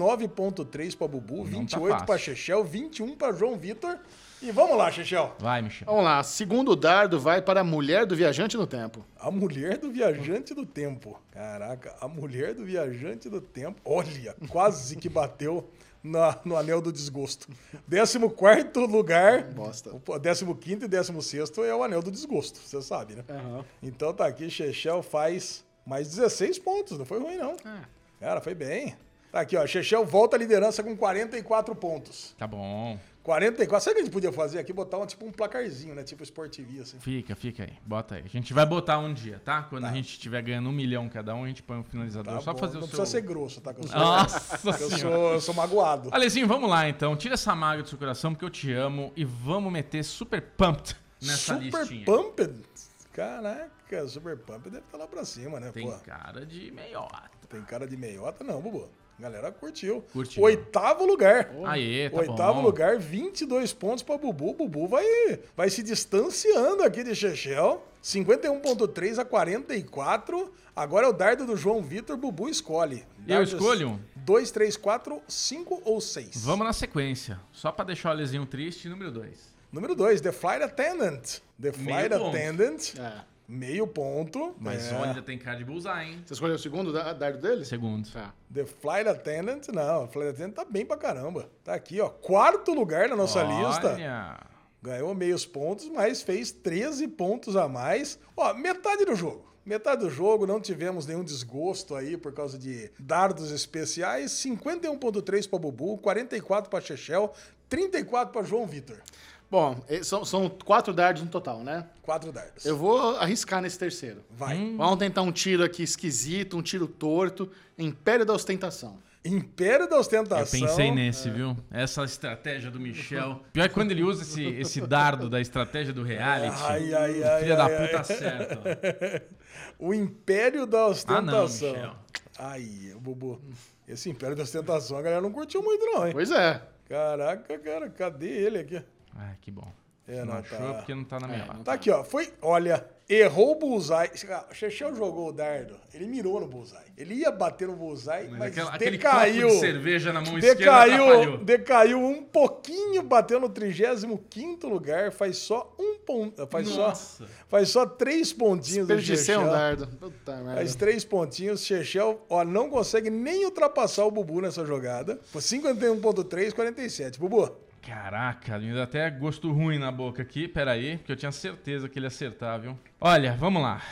Speaker 2: 29.3 pra Bubu, 28
Speaker 5: tá fácil.
Speaker 2: pra Chechel, 21 pra João Vitor. E vamos lá, Chechel.
Speaker 5: Vai, Michel.
Speaker 3: Vamos lá. Segundo dardo vai para a mulher do viajante no tempo.
Speaker 2: A mulher do viajante do tempo. Caraca, a mulher do viajante do tempo. Olha, quase que bateu na- no anel do desgosto. 14 lugar.
Speaker 3: Bosta.
Speaker 2: O 15 e 16 é o anel do desgosto, você sabe,
Speaker 5: É.
Speaker 2: né? Então tá aqui, Chechel faz mais 16 pontos. Não foi ruim, não.
Speaker 5: É.
Speaker 2: Cara, foi bem. Tá aqui, ó. Chechel volta à liderança com 44 pontos.
Speaker 5: Tá bom.
Speaker 2: 44. Sabe o que a gente podia fazer aqui? Botar um, tipo um placarzinho, né? Tipo Sport TV, assim.
Speaker 5: Fica, fica aí. Bota aí. A gente vai botar um dia, tá? Quando a gente tiver ganhando um milhão cada um, a gente põe um finalizador.
Speaker 2: Tá
Speaker 5: Só
Speaker 2: bom,
Speaker 5: fazer
Speaker 2: não
Speaker 5: o
Speaker 2: precisa
Speaker 5: seu... Ah.
Speaker 2: ser grosso, tá? Que eu sou-
Speaker 5: Nossa
Speaker 2: Eu
Speaker 5: senhora.
Speaker 2: sou, eu sou magoado.
Speaker 5: Alezinho, vamos lá então. Tira essa mágoa do seu coração, porque eu te amo. E vamos meter Super Pumped nessa
Speaker 2: Super
Speaker 5: listinha.
Speaker 2: Pumped? Caraca, Super Pump deve estar lá pra cima, né?
Speaker 5: Tem
Speaker 2: pô?
Speaker 5: cara de meiota.
Speaker 2: Tem cara de meiota, não, Bubu. A galera curtiu.
Speaker 5: Curtiu.
Speaker 2: Oitavo lugar.
Speaker 5: Aê, tá
Speaker 2: Oitavo
Speaker 5: bom.
Speaker 2: lugar, 22 pontos pra Bubu. Bubu vai, vai se distanciando aqui de Chechel. 51,3 a 44. Agora é o dardo do João Vitor. Bubu escolhe.
Speaker 5: Eu
Speaker 2: Dardos
Speaker 5: escolho? um.
Speaker 2: 2, 3, 4, 5 ou 6.
Speaker 5: Vamos na sequência. Só pra deixar o Alezinho triste, número 2.
Speaker 2: Número 2, The Flight Attendant. The Flight
Speaker 5: ponto.
Speaker 2: Attendant.
Speaker 3: É.
Speaker 2: Meio ponto.
Speaker 5: Mas
Speaker 2: É.
Speaker 5: olha, tem cara de bullseye, hein?
Speaker 3: Você escolheu o segundo da- dardo dele?
Speaker 5: Segundo.
Speaker 3: Tá.
Speaker 2: The Flight Attendant, não. Flight Attendant tá bem pra caramba. Tá aqui, ó. Quarto lugar na nossa lista.
Speaker 5: Olha.
Speaker 2: Ganhou meios pontos, mas fez 13 pontos a mais. Ó, metade do jogo. Metade do jogo, não tivemos nenhum desgosto aí por causa de dardos especiais. 51,3 pra Bubu, 44 pra Chechel, 34 pra João Vitor.
Speaker 3: Bom, eh, são, são quatro dardos no total, né?
Speaker 2: Quatro dardos.
Speaker 3: Eu vou arriscar nesse terceiro.
Speaker 2: Vai.
Speaker 5: Hum?
Speaker 3: Vamos tentar um tiro aqui esquisito, um tiro torto. Império da ostentação.
Speaker 2: Império da
Speaker 5: Eu
Speaker 2: Ostentação.
Speaker 5: pensei
Speaker 2: É.
Speaker 5: nesse, viu? Essa estratégia do Michel. Pior que quando ele usa esse, esse dardo da estratégia do reality,
Speaker 2: Ai, ai, ai,
Speaker 5: filha da
Speaker 2: ai,
Speaker 5: puta
Speaker 2: ai.
Speaker 5: certa.
Speaker 2: O Império da
Speaker 5: Ah, não,
Speaker 2: Ostentação.
Speaker 5: Michel.
Speaker 2: Aí, Bubu. Esse Império da Ostentação a galera não curtiu muito, não, hein?
Speaker 3: Pois é.
Speaker 2: Caraca, cara, cadê ele aqui?
Speaker 5: Ah, que bom.
Speaker 2: É,
Speaker 5: não
Speaker 2: não,
Speaker 5: achou
Speaker 2: tá.
Speaker 5: porque não tá na minha
Speaker 3: não
Speaker 5: lata.
Speaker 2: Tá aqui, ó. Foi. Olha, errou o bullseye. Ah, O Chechel jogou o dardo. Ele mirou no bullseye. Ele ia bater no bullseye, mas,
Speaker 5: aquela- aquele
Speaker 2: decaiu.
Speaker 5: copo de cerveja na mão esquerda
Speaker 2: decaiu,
Speaker 5: atrapalhou.
Speaker 2: decaiu um pouquinho, bateu no 35 lugar. Faz só um ponto. Faz
Speaker 5: Nossa.
Speaker 2: só. Faz só três pontinhos do
Speaker 3: Desperdicei um
Speaker 2: Chechel.
Speaker 3: dardo. Puta
Speaker 2: As
Speaker 3: merda.
Speaker 2: três pontinhos, Chechel, ó, não consegue nem ultrapassar o Bubu nessa jogada. Por 51.3, 47. Bubu,
Speaker 5: Caraca, me dá até gosto ruim na boca aqui. Pera aí, porque eu tinha certeza que ele ia acertar, viu? Olha, vamos lá.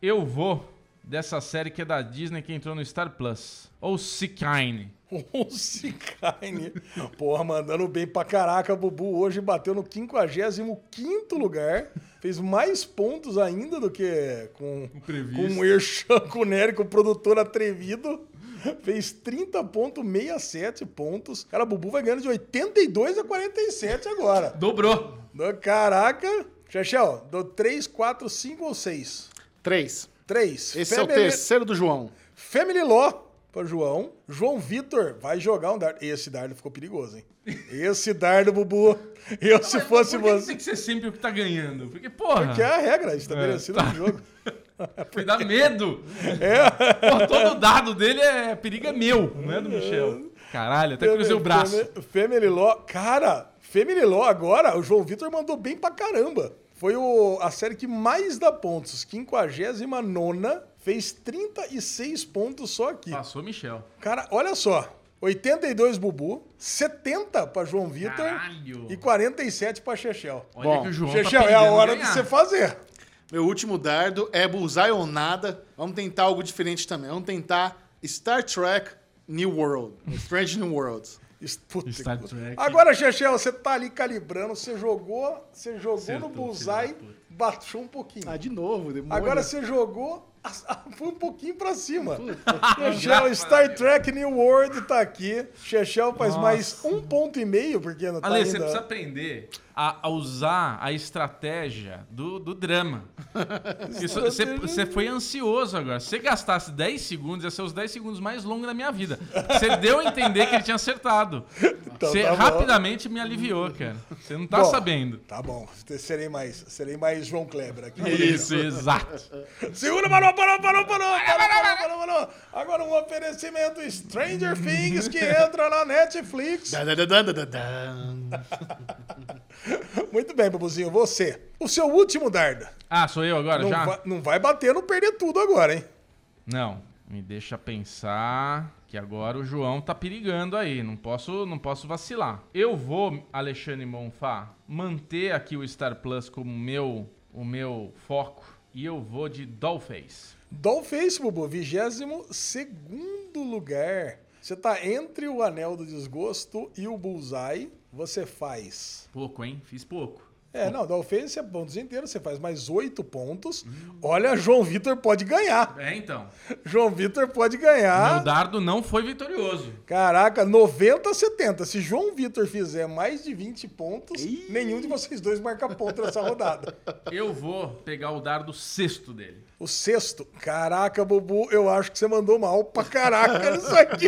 Speaker 5: Eu vou dessa série que é da Disney que entrou no Star Plus. Ou Sikine.
Speaker 2: 11 carne. Porra, mandando bem pra caraca, Bubu hoje bateu no 55º lugar. Fez mais pontos ainda do que com, com
Speaker 5: previsto.
Speaker 2: um Erchan Cunérico, produtor atrevido. Fez 30.67 pontos. Cara, Bubu vai ganhando de 82 a 47 agora.
Speaker 5: Dobrou.
Speaker 2: Do- Caraca! Chechel, dou 3, 4, 5 ou 6?
Speaker 3: Três.
Speaker 2: 3.
Speaker 3: Esse é o terceiro do João.
Speaker 2: Family Law para João. João Vitor vai jogar um dardo. Esse dardo ficou perigoso, hein? Esse dardo, Bubu. Eu, se fosse
Speaker 5: Por que que
Speaker 2: você.
Speaker 5: tem que ser sempre o que tá ganhando? Porque, porra,
Speaker 2: Que é a regra estabelecida
Speaker 5: É, tá.
Speaker 2: no jogo.
Speaker 5: me dá medo.
Speaker 2: É.
Speaker 5: Pô, todo o dado dele é periga meu, não é do Michel. Caralho, até cruzei o braço.
Speaker 2: Femi- Family Law. Cara, Family Law agora, o João Vitor mandou bem pra caramba. Foi o- a série que mais dá pontos. 59 fez 36 pontos só aqui.
Speaker 5: Passou Michel.
Speaker 2: Cara, olha só. 82 Bubu, 70 pra João Vitor
Speaker 5: Caralho.
Speaker 2: e 47 pra Chechel.
Speaker 5: Olha
Speaker 3: Bom,
Speaker 5: que o João tá
Speaker 2: Chechel, é a
Speaker 5: aprendendo
Speaker 2: hora de
Speaker 5: ganhar.
Speaker 2: você fazer.
Speaker 3: Meu último dardo é Bullseye ou nada. Vamos tentar algo diferente também. Vamos tentar Star Trek New World. Strange New World.
Speaker 2: Isso, puta
Speaker 5: Star
Speaker 2: que-
Speaker 5: Trek.
Speaker 2: Agora, Chechel, você tá ali calibrando, você jogou, você jogou
Speaker 5: Acertou,
Speaker 2: no bullseye,
Speaker 5: filho da puta.
Speaker 2: baixou um pouquinho.
Speaker 3: Tá Ah, de novo, demônio.
Speaker 2: Agora você jogou, foi um pouquinho pra cima. Chechel, Star Trek New World tá aqui. Chechel faz mais um ponto e meio, porque não tá
Speaker 5: Ale, você
Speaker 2: ainda...
Speaker 5: precisa aprender a, a usar a estratégia do, do drama. Isso- Você você foi ansioso agora. Se você gastasse 10 segundos, ia ser os 10 segundos mais longos da minha vida. Você deu a entender que ele tinha acertado. você
Speaker 2: tá bom.
Speaker 5: rapidamente me aliviou, cara. Você não tá
Speaker 2: Bom.
Speaker 5: sabendo.
Speaker 2: Tá bom, serei mais, serei mais João Kleber aqui.
Speaker 5: Isso, exato.
Speaker 2: Segura, parou, parou, parou, parou, parou, parou, parou, parou. Agora um oferecimento Stranger Things que entra na Netflix.
Speaker 3: Dan, dan, dan, dan, dan, dan.
Speaker 2: Muito bem, Bubuzinho, você. O seu último dardo.
Speaker 5: Ah, sou eu agora
Speaker 2: Não
Speaker 5: já?
Speaker 2: vai, não vai bater no perder tudo agora, hein?
Speaker 5: Não, me deixa pensar que agora o João tá perigando aí, não posso, não posso vacilar. Eu vou, Alexandre Monfá, manter aqui o Star Plus como meu, o meu foco e eu vou de Dollface.
Speaker 2: Dollface, Bubu, 22 lugar. Você tá entre o Anel do Desgosto e o Bullseye. Você faz
Speaker 5: Pouco, hein? Fiz pouco.
Speaker 2: É, não, da ofensa é pontos inteiros, você faz mais oito pontos. Olha, João Vitor pode ganhar.
Speaker 5: É, então.
Speaker 2: João Vitor pode
Speaker 5: Meu
Speaker 2: ganhar.
Speaker 5: dardo não foi vitorioso.
Speaker 2: Caraca, 90 a 70. Se João Vitor fizer mais de 20 pontos, nenhum de vocês dois marca ponto nessa rodada.
Speaker 5: Eu vou pegar o dardo sexto dele.
Speaker 2: O sexto, caraca, Bubu, eu acho que você mandou mal pra caraca nisso aqui.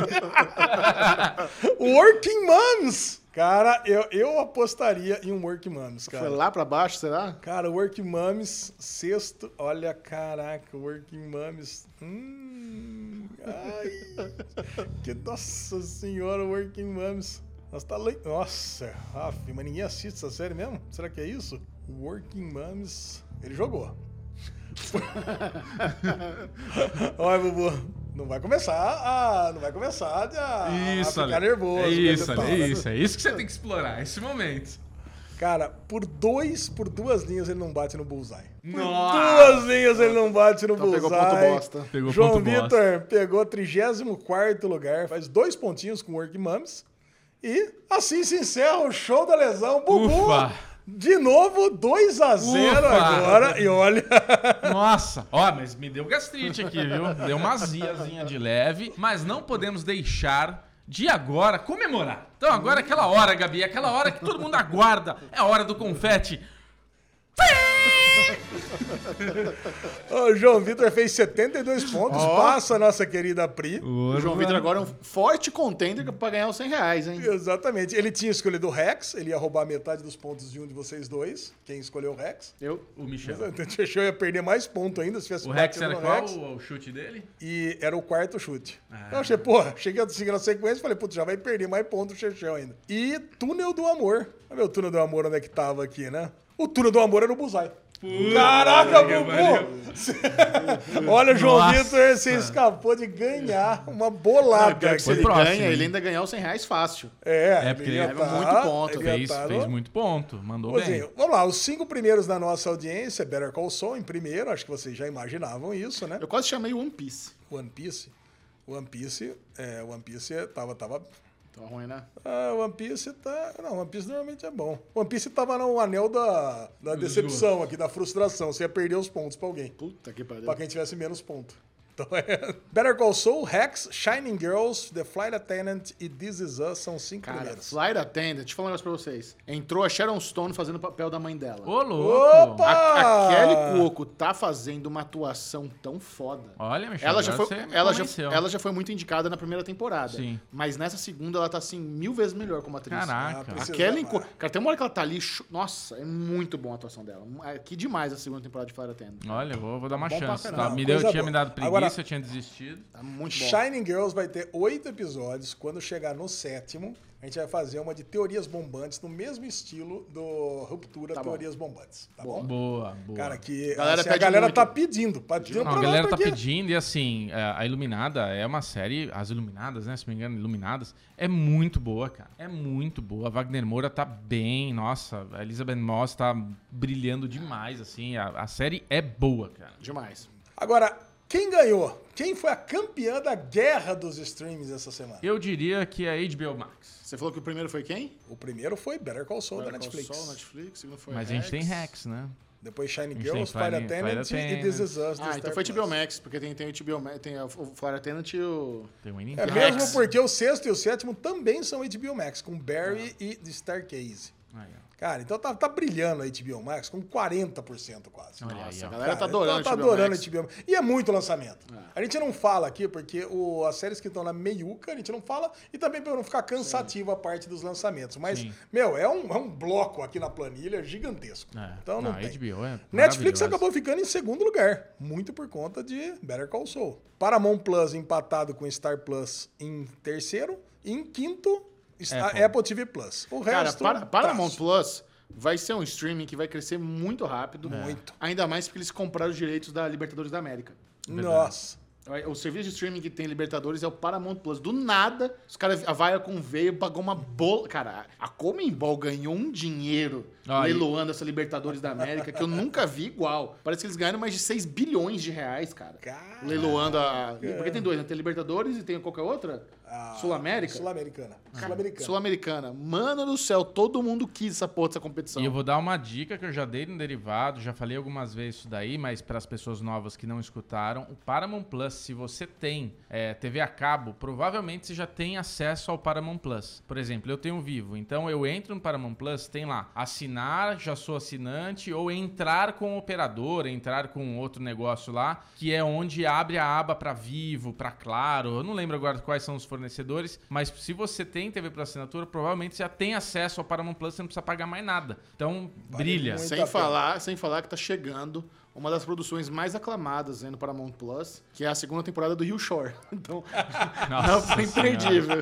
Speaker 2: working Moms! Cara, eu, eu apostaria em um Working Moms, cara.
Speaker 3: Foi lá pra baixo, será?
Speaker 2: Cara, Working Mummies, sexto. Olha, caraca, Working Mummies. Hum, ai. Que nossa senhora, Working Mummies. Nossa, tá le... Nossa, af, mas ninguém assiste essa série mesmo? Será que é isso? Working Mummies. Ele jogou. Olha, Bubu. Não vai começar a. Não vai começar a,
Speaker 5: Isso,
Speaker 2: a
Speaker 5: Ale.
Speaker 2: Ah, ficar nervoso. né,
Speaker 5: É isso, Ale,
Speaker 2: coisa
Speaker 5: é
Speaker 2: e tal.
Speaker 5: isso. É isso que você tem que explorar, esse momento.
Speaker 2: Cara, por dois, por duas linhas ele não bate no bullseye.
Speaker 5: Nossa!
Speaker 2: Duas linhas ele não bate no
Speaker 3: Então
Speaker 2: bullseye.
Speaker 3: pegou ponto bosta.
Speaker 5: Pegou
Speaker 2: João
Speaker 5: ponto bosta.
Speaker 2: Vitor pegou 34 lugar, faz dois pontinhos com o Work Mums. E assim se encerra o show da lesão. Bubu,
Speaker 5: Ufa.
Speaker 2: de novo, 2 a 0
Speaker 5: Ufa.
Speaker 2: agora. E olha,
Speaker 5: Nossa! Ó, mas me deu gastrite aqui, viu? Deu uma aziazinha de leve, mas não podemos deixar de agora comemorar. Então agora é aquela hora, Gabi, é aquela hora que todo mundo aguarda. É a hora do confete.
Speaker 2: o João Vitor fez 72 pontos, passa a nossa querida Pri.
Speaker 3: O João Vitor agora é um forte contender pra ganhar os 100 reais, hein?
Speaker 2: Exatamente. Ele tinha escolhido o Rex, ele ia roubar metade dos pontos de um de vocês dois, quem escolheu o Rex.
Speaker 3: Eu.
Speaker 5: O Michel.
Speaker 2: Então, o Chechou ia perder mais ponto ainda se tivesse
Speaker 5: O Rex
Speaker 2: batido
Speaker 5: era
Speaker 2: no
Speaker 5: qual Ah.
Speaker 2: Rex.
Speaker 5: o, o chute dele?
Speaker 2: E era o quarto chute. Então eu achei, porra, cheguei a seguir na sequência e falei, putz, já vai perder mais ponto o Chechel ainda. E Túnel do Amor. Olha meu Túnel do Amor, onde é que tava aqui, né? O Túnel do Amor era o Buzai. Caraca, Bubu! Olha, João
Speaker 5: Nossa.
Speaker 2: Vitor, você escapou de ganhar uma bolada.
Speaker 3: Se ele
Speaker 2: aqui.
Speaker 5: próximo,
Speaker 3: ganha,
Speaker 5: hein?
Speaker 3: ele ainda ganhar os 100 reais fácil.
Speaker 2: É,
Speaker 5: É, porque
Speaker 2: ele
Speaker 5: ele
Speaker 2: ia
Speaker 5: leva
Speaker 2: tá-
Speaker 3: muito ponto.
Speaker 2: ele ia
Speaker 5: Fez,
Speaker 2: tá
Speaker 5: fez
Speaker 2: no-
Speaker 5: muito ponto, mandou
Speaker 2: Pozinho,
Speaker 5: bem.
Speaker 2: vamos lá, os cinco primeiros da nossa audiência, Better Call Saul em primeiro, acho que vocês já imaginavam isso, né?
Speaker 3: Eu quase chamei One Piece.
Speaker 2: One Piece. One Piece, é, One Piece tava, tava
Speaker 3: Tá ruim, né?
Speaker 2: Ah, One Piece tá. Não, One Piece normalmente é bom. One Piece tava no anel da, da decepção aqui, da frustração. Você ia perder os pontos pra alguém.
Speaker 3: Puta que pariu.
Speaker 2: Pra quem tivesse menos ponto. Então é. Better Call Saul, Rex, Shining Girls, The Flight Attendant e This Is Us são cinco
Speaker 3: Cara,
Speaker 2: primeiros.
Speaker 3: Flight Attendant, deixa eu falar um negócio pra vocês. Entrou a Sharon Stone fazendo o papel da mãe dela.
Speaker 5: Ô, louco!
Speaker 2: Opa!
Speaker 3: A, a Kelly Cuoco tá fazendo uma atuação tão foda.
Speaker 5: Olha, Michel,
Speaker 3: Ela já,
Speaker 5: agora
Speaker 3: foi,
Speaker 5: você me
Speaker 3: ela, já,
Speaker 5: convenceu.
Speaker 3: ela já foi muito indicada na primeira temporada.
Speaker 5: Sim.
Speaker 3: Mas nessa segunda ela tá assim mil vezes melhor como atriz.
Speaker 5: Caraca.
Speaker 2: Ah,
Speaker 3: A
Speaker 2: precisa-
Speaker 3: Kelly Cuoco. Cara, tem uma hora que ela tá ali. cho- Nossa, é muito bom a atuação dela. É, Que demais a segunda temporada de Flight Attendant.
Speaker 5: Olha, eu vou, vou dar uma
Speaker 3: Bom pra
Speaker 5: chance.
Speaker 3: caramba.
Speaker 5: Tá? Me deu,
Speaker 2: Coisa
Speaker 5: eu tinha
Speaker 2: boa.
Speaker 5: me dado preguiça,
Speaker 2: Agora-
Speaker 5: eu tinha desistido.
Speaker 3: Tá muito bom.
Speaker 2: Shining Girls vai ter oito episódios. Quando chegar no sétimo, a gente vai fazer uma de teorias bombantes no mesmo estilo do Ruptura
Speaker 3: Tá bom.
Speaker 2: Teorias Bombantes. Tá bom?
Speaker 5: Boa, boa.
Speaker 2: Cara, que
Speaker 3: Galera
Speaker 2: assim, a
Speaker 3: pede
Speaker 2: galera
Speaker 3: muito.
Speaker 2: tá pedindo. Tá pedindo
Speaker 5: Não,
Speaker 2: pra
Speaker 5: a
Speaker 2: nós,
Speaker 5: galera tá
Speaker 2: porque-
Speaker 5: pedindo, e assim, é, a Iluminada é uma série, as Iluminadas, né? Se não me engano, Iluminadas, é muito boa, cara. É muito boa. A Wagner Moura tá bem, nossa, a Elizabeth Moss tá brilhando demais, assim. A, a série é boa, cara.
Speaker 3: Demais.
Speaker 2: Agora, quem ganhou? Quem foi a campeã da guerra dos streams essa semana?
Speaker 5: Eu diria que é HBO Max.
Speaker 3: Você falou que o primeiro foi quem?
Speaker 2: O primeiro foi Better Call Saul da Netflix.
Speaker 3: Sol, Netflix. O segundo foi
Speaker 5: Mas a gente tem Rex, né?
Speaker 2: Depois Shine
Speaker 5: gente
Speaker 2: Girls,
Speaker 5: tem
Speaker 2: Fire
Speaker 5: Fire-
Speaker 2: Attendant
Speaker 5: Fire
Speaker 2: e This Is Us. do
Speaker 3: Ah, então
Speaker 2: Star
Speaker 3: foi
Speaker 2: Plus.
Speaker 3: HBO Max, porque tem, tem o HBO Max, tem o Flight Attendant e o...
Speaker 5: Tem o Inning
Speaker 2: É
Speaker 5: Time.
Speaker 2: mesmo porque o sexto e o sétimo também são HBO Max, com Barry e The Starcase.
Speaker 5: Aí, ó.
Speaker 2: Cara, então tá, tá brilhando a HBO Max com 40% quase.
Speaker 5: Olha aí,
Speaker 3: Nossa, a
Speaker 5: ó.
Speaker 3: galera tá
Speaker 2: Cara,
Speaker 3: adorando
Speaker 2: tá
Speaker 3: o HBO
Speaker 2: adorando
Speaker 3: Max.
Speaker 2: HBO Max. E é muito lançamento. A gente não fala aqui, porque o- as séries que estão na meiuca, a gente não fala, e também pra não ficar cansativo a parte dos lançamentos. Mas,
Speaker 5: Sim.
Speaker 2: meu, é um, é um bloco aqui na planilha gigantesco.
Speaker 5: É.
Speaker 2: Então não,
Speaker 5: Não,
Speaker 2: tem.
Speaker 5: HBO é
Speaker 2: Netflix
Speaker 5: maravilhosa.
Speaker 2: acabou ficando em segundo lugar, muito por conta de Better Call Saul. Paramount Plus empatado com Star Plus em terceiro, e em quinto, está- Apple,
Speaker 5: Apple.
Speaker 2: TV Plus. O
Speaker 3: Cara,
Speaker 2: resto...
Speaker 3: para, Paramount
Speaker 2: traço.
Speaker 3: Plus vai ser um streaming que vai crescer muito rápido.
Speaker 5: É.
Speaker 2: Muito.
Speaker 3: Ainda mais porque eles compraram os direitos da Libertadores da América.
Speaker 2: Nossa.
Speaker 3: O serviço de streaming que tem Libertadores é o Paramount Plus. Do nada, os caras, a Viacom veio, pagou uma bola. Cara, a Comembol ganhou um dinheiro
Speaker 5: Aí.
Speaker 3: leiloando essa Libertadores da América que eu nunca vi igual. Parece que eles ganharam mais de 6 bilhões de reais, cara.
Speaker 2: Cara.
Speaker 3: Leiloando a. Porque tem dois, né? Tem Libertadores e tem qualquer outra?
Speaker 2: a-
Speaker 3: Sul-América?
Speaker 2: Ah, Sul-Americana. Sul-Americana.
Speaker 3: Sul-Americana. Mano do céu, todo mundo quis essa porra dessa competição.
Speaker 5: E eu vou dar uma dica que eu já dei no derivado, já falei algumas vezes isso daí, mas para as pessoas novas que não escutaram, o Paramount Plus, se você tem é, TV a cabo, provavelmente você já tem acesso ao Paramount Plus. Por exemplo, eu tenho o Vivo, então eu entro no Paramount Plus, tem lá assinar, já sou assinante, ou entrar com o operador, entrar com um outro negócio lá, que é onde abre a aba para Vivo, para Claro, eu não lembro agora quais são os fornecedores, mas se você tem TV por assinatura, provavelmente você já tem acesso ao Paramount Plus, você não precisa pagar mais nada. Então, brilha.
Speaker 2: muito.
Speaker 3: Sem
Speaker 2: Muita
Speaker 3: falar, sem falar que tá chegando uma das produções mais aclamadas né, no Paramount Plus, que é a segunda temporada do Rio Shore. Então, não
Speaker 5: Nossa
Speaker 3: foi imperdível.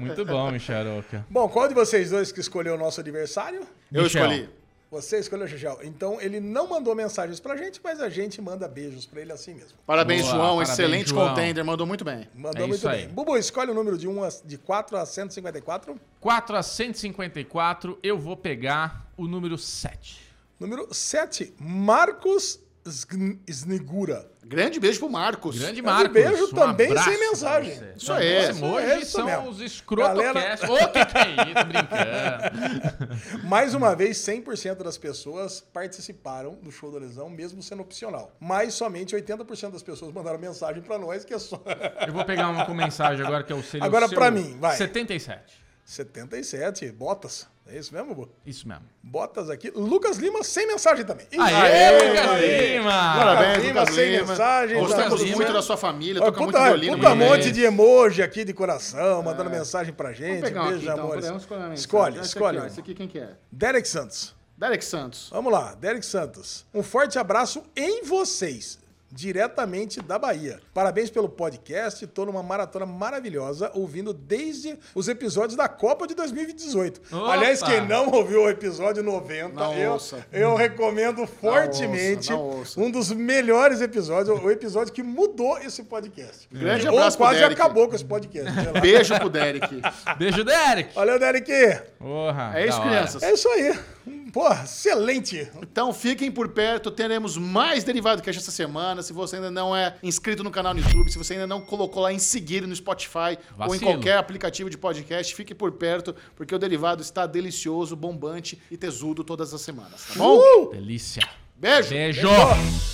Speaker 5: Muito bom, Micharoca.
Speaker 2: Bom, qual de vocês dois que escolheu o nosso adversário?
Speaker 3: Eu
Speaker 5: Michel.
Speaker 3: escolhi.
Speaker 2: Você escolheu o Xuxel. Então ele não mandou mensagens pra gente, mas a gente manda beijos pra ele assim mesmo.
Speaker 3: Parabéns,
Speaker 5: Boa,
Speaker 3: João.
Speaker 5: parabéns,
Speaker 3: Excelente
Speaker 5: João.
Speaker 3: contender, mandou muito bem.
Speaker 2: Mandou
Speaker 5: É
Speaker 2: muito
Speaker 5: isso
Speaker 2: bem.
Speaker 5: aí.
Speaker 2: Bubu, escolhe o número de, 1 a, de 4 a 154.
Speaker 5: 4 a 154, eu vou pegar o número 7.
Speaker 2: Número 7, Marcos Sgn- Snigura.
Speaker 3: Grande beijo pro Marcos.
Speaker 5: Grande
Speaker 2: um
Speaker 5: Marcos.
Speaker 2: beijo também
Speaker 5: abraço
Speaker 2: sem
Speaker 5: pra
Speaker 2: mensagem.
Speaker 5: você.
Speaker 3: Isso aí.
Speaker 5: Os emojis
Speaker 2: Isso aí, isso
Speaker 5: são
Speaker 2: mesmo.
Speaker 5: os escrotocast. Ô, que que é isso? Brincando.
Speaker 2: Mais uma vez, 100% das pessoas participaram do show da lesão, mesmo sendo opcional. Mas somente 80% das pessoas mandaram mensagem pra nós, que é só
Speaker 5: Eu vou pegar uma com mensagem agora que é o seria o
Speaker 2: Agora
Speaker 5: seu
Speaker 2: pra mim, vai.
Speaker 5: 77.
Speaker 2: 77 botas. É isso mesmo, Bubu?
Speaker 5: Isso mesmo.
Speaker 2: Botas aqui. Lucas Lima sem mensagem também. Ih,
Speaker 5: Aê,
Speaker 3: Aê,
Speaker 5: Lucas
Speaker 3: aê.
Speaker 5: Lima!
Speaker 3: Parabéns,
Speaker 2: Lima,
Speaker 3: Lucas
Speaker 2: sem
Speaker 3: Lima.
Speaker 2: mensagem,
Speaker 3: Gostamos
Speaker 5: Lucas Lima.
Speaker 3: muito da sua família,
Speaker 2: Olha,
Speaker 3: toca muito
Speaker 2: puta
Speaker 3: violino.
Speaker 2: puta
Speaker 3: muito bem.
Speaker 2: monte de emoji aqui de coração, mandando mensagem pra
Speaker 3: Vamos
Speaker 2: gente.
Speaker 3: pegar um
Speaker 2: Beijo,
Speaker 3: aqui, então.
Speaker 2: amores.
Speaker 3: peraí, vamos escolher uma mensagem.
Speaker 2: escolhe,
Speaker 3: Olha esse
Speaker 2: escolhe. um.
Speaker 3: Aqui, ó, esse aqui quem que é?
Speaker 2: Derek Santos.
Speaker 3: Derek Santos.
Speaker 2: Vamos lá, Derek Santos. Um forte abraço em vocês, diretamente da Bahia. Parabéns pelo podcast, tô numa maratona maravilhosa, ouvindo desde os episódios da Copa de 2018.
Speaker 5: Opa!
Speaker 2: Aliás, quem não ouviu o episódio 90,
Speaker 3: Não
Speaker 2: eu,
Speaker 3: ouça.
Speaker 2: eu recomendo
Speaker 3: ouça,
Speaker 2: fortemente
Speaker 3: não ouça.
Speaker 2: um dos melhores episódios, o episódio que mudou esse podcast.
Speaker 3: Grande
Speaker 2: Ou
Speaker 3: abraço pro
Speaker 2: quase
Speaker 3: Derek.
Speaker 2: acabou com esse podcast. sei lá.
Speaker 3: Beijo pro Derek.
Speaker 5: Beijo, Derek!
Speaker 2: Valeu, Derek! É
Speaker 5: Porra,
Speaker 3: É isso,
Speaker 5: da hora.
Speaker 3: crianças.
Speaker 2: isso aí. Porra, excelente.
Speaker 3: Então fiquem por perto, teremos mais Derivado Cash essa semana. Se você ainda não é inscrito no canal no YouTube, se você ainda não colocou lá em seguir no Spotify ou em
Speaker 5: Vacilo.
Speaker 3: qualquer aplicativo de podcast, fique por perto, porque o Derivado está delicioso, bombante e tesudo todas as semanas, tá bom?
Speaker 5: Delícia.
Speaker 3: Beijo!
Speaker 5: Beijo.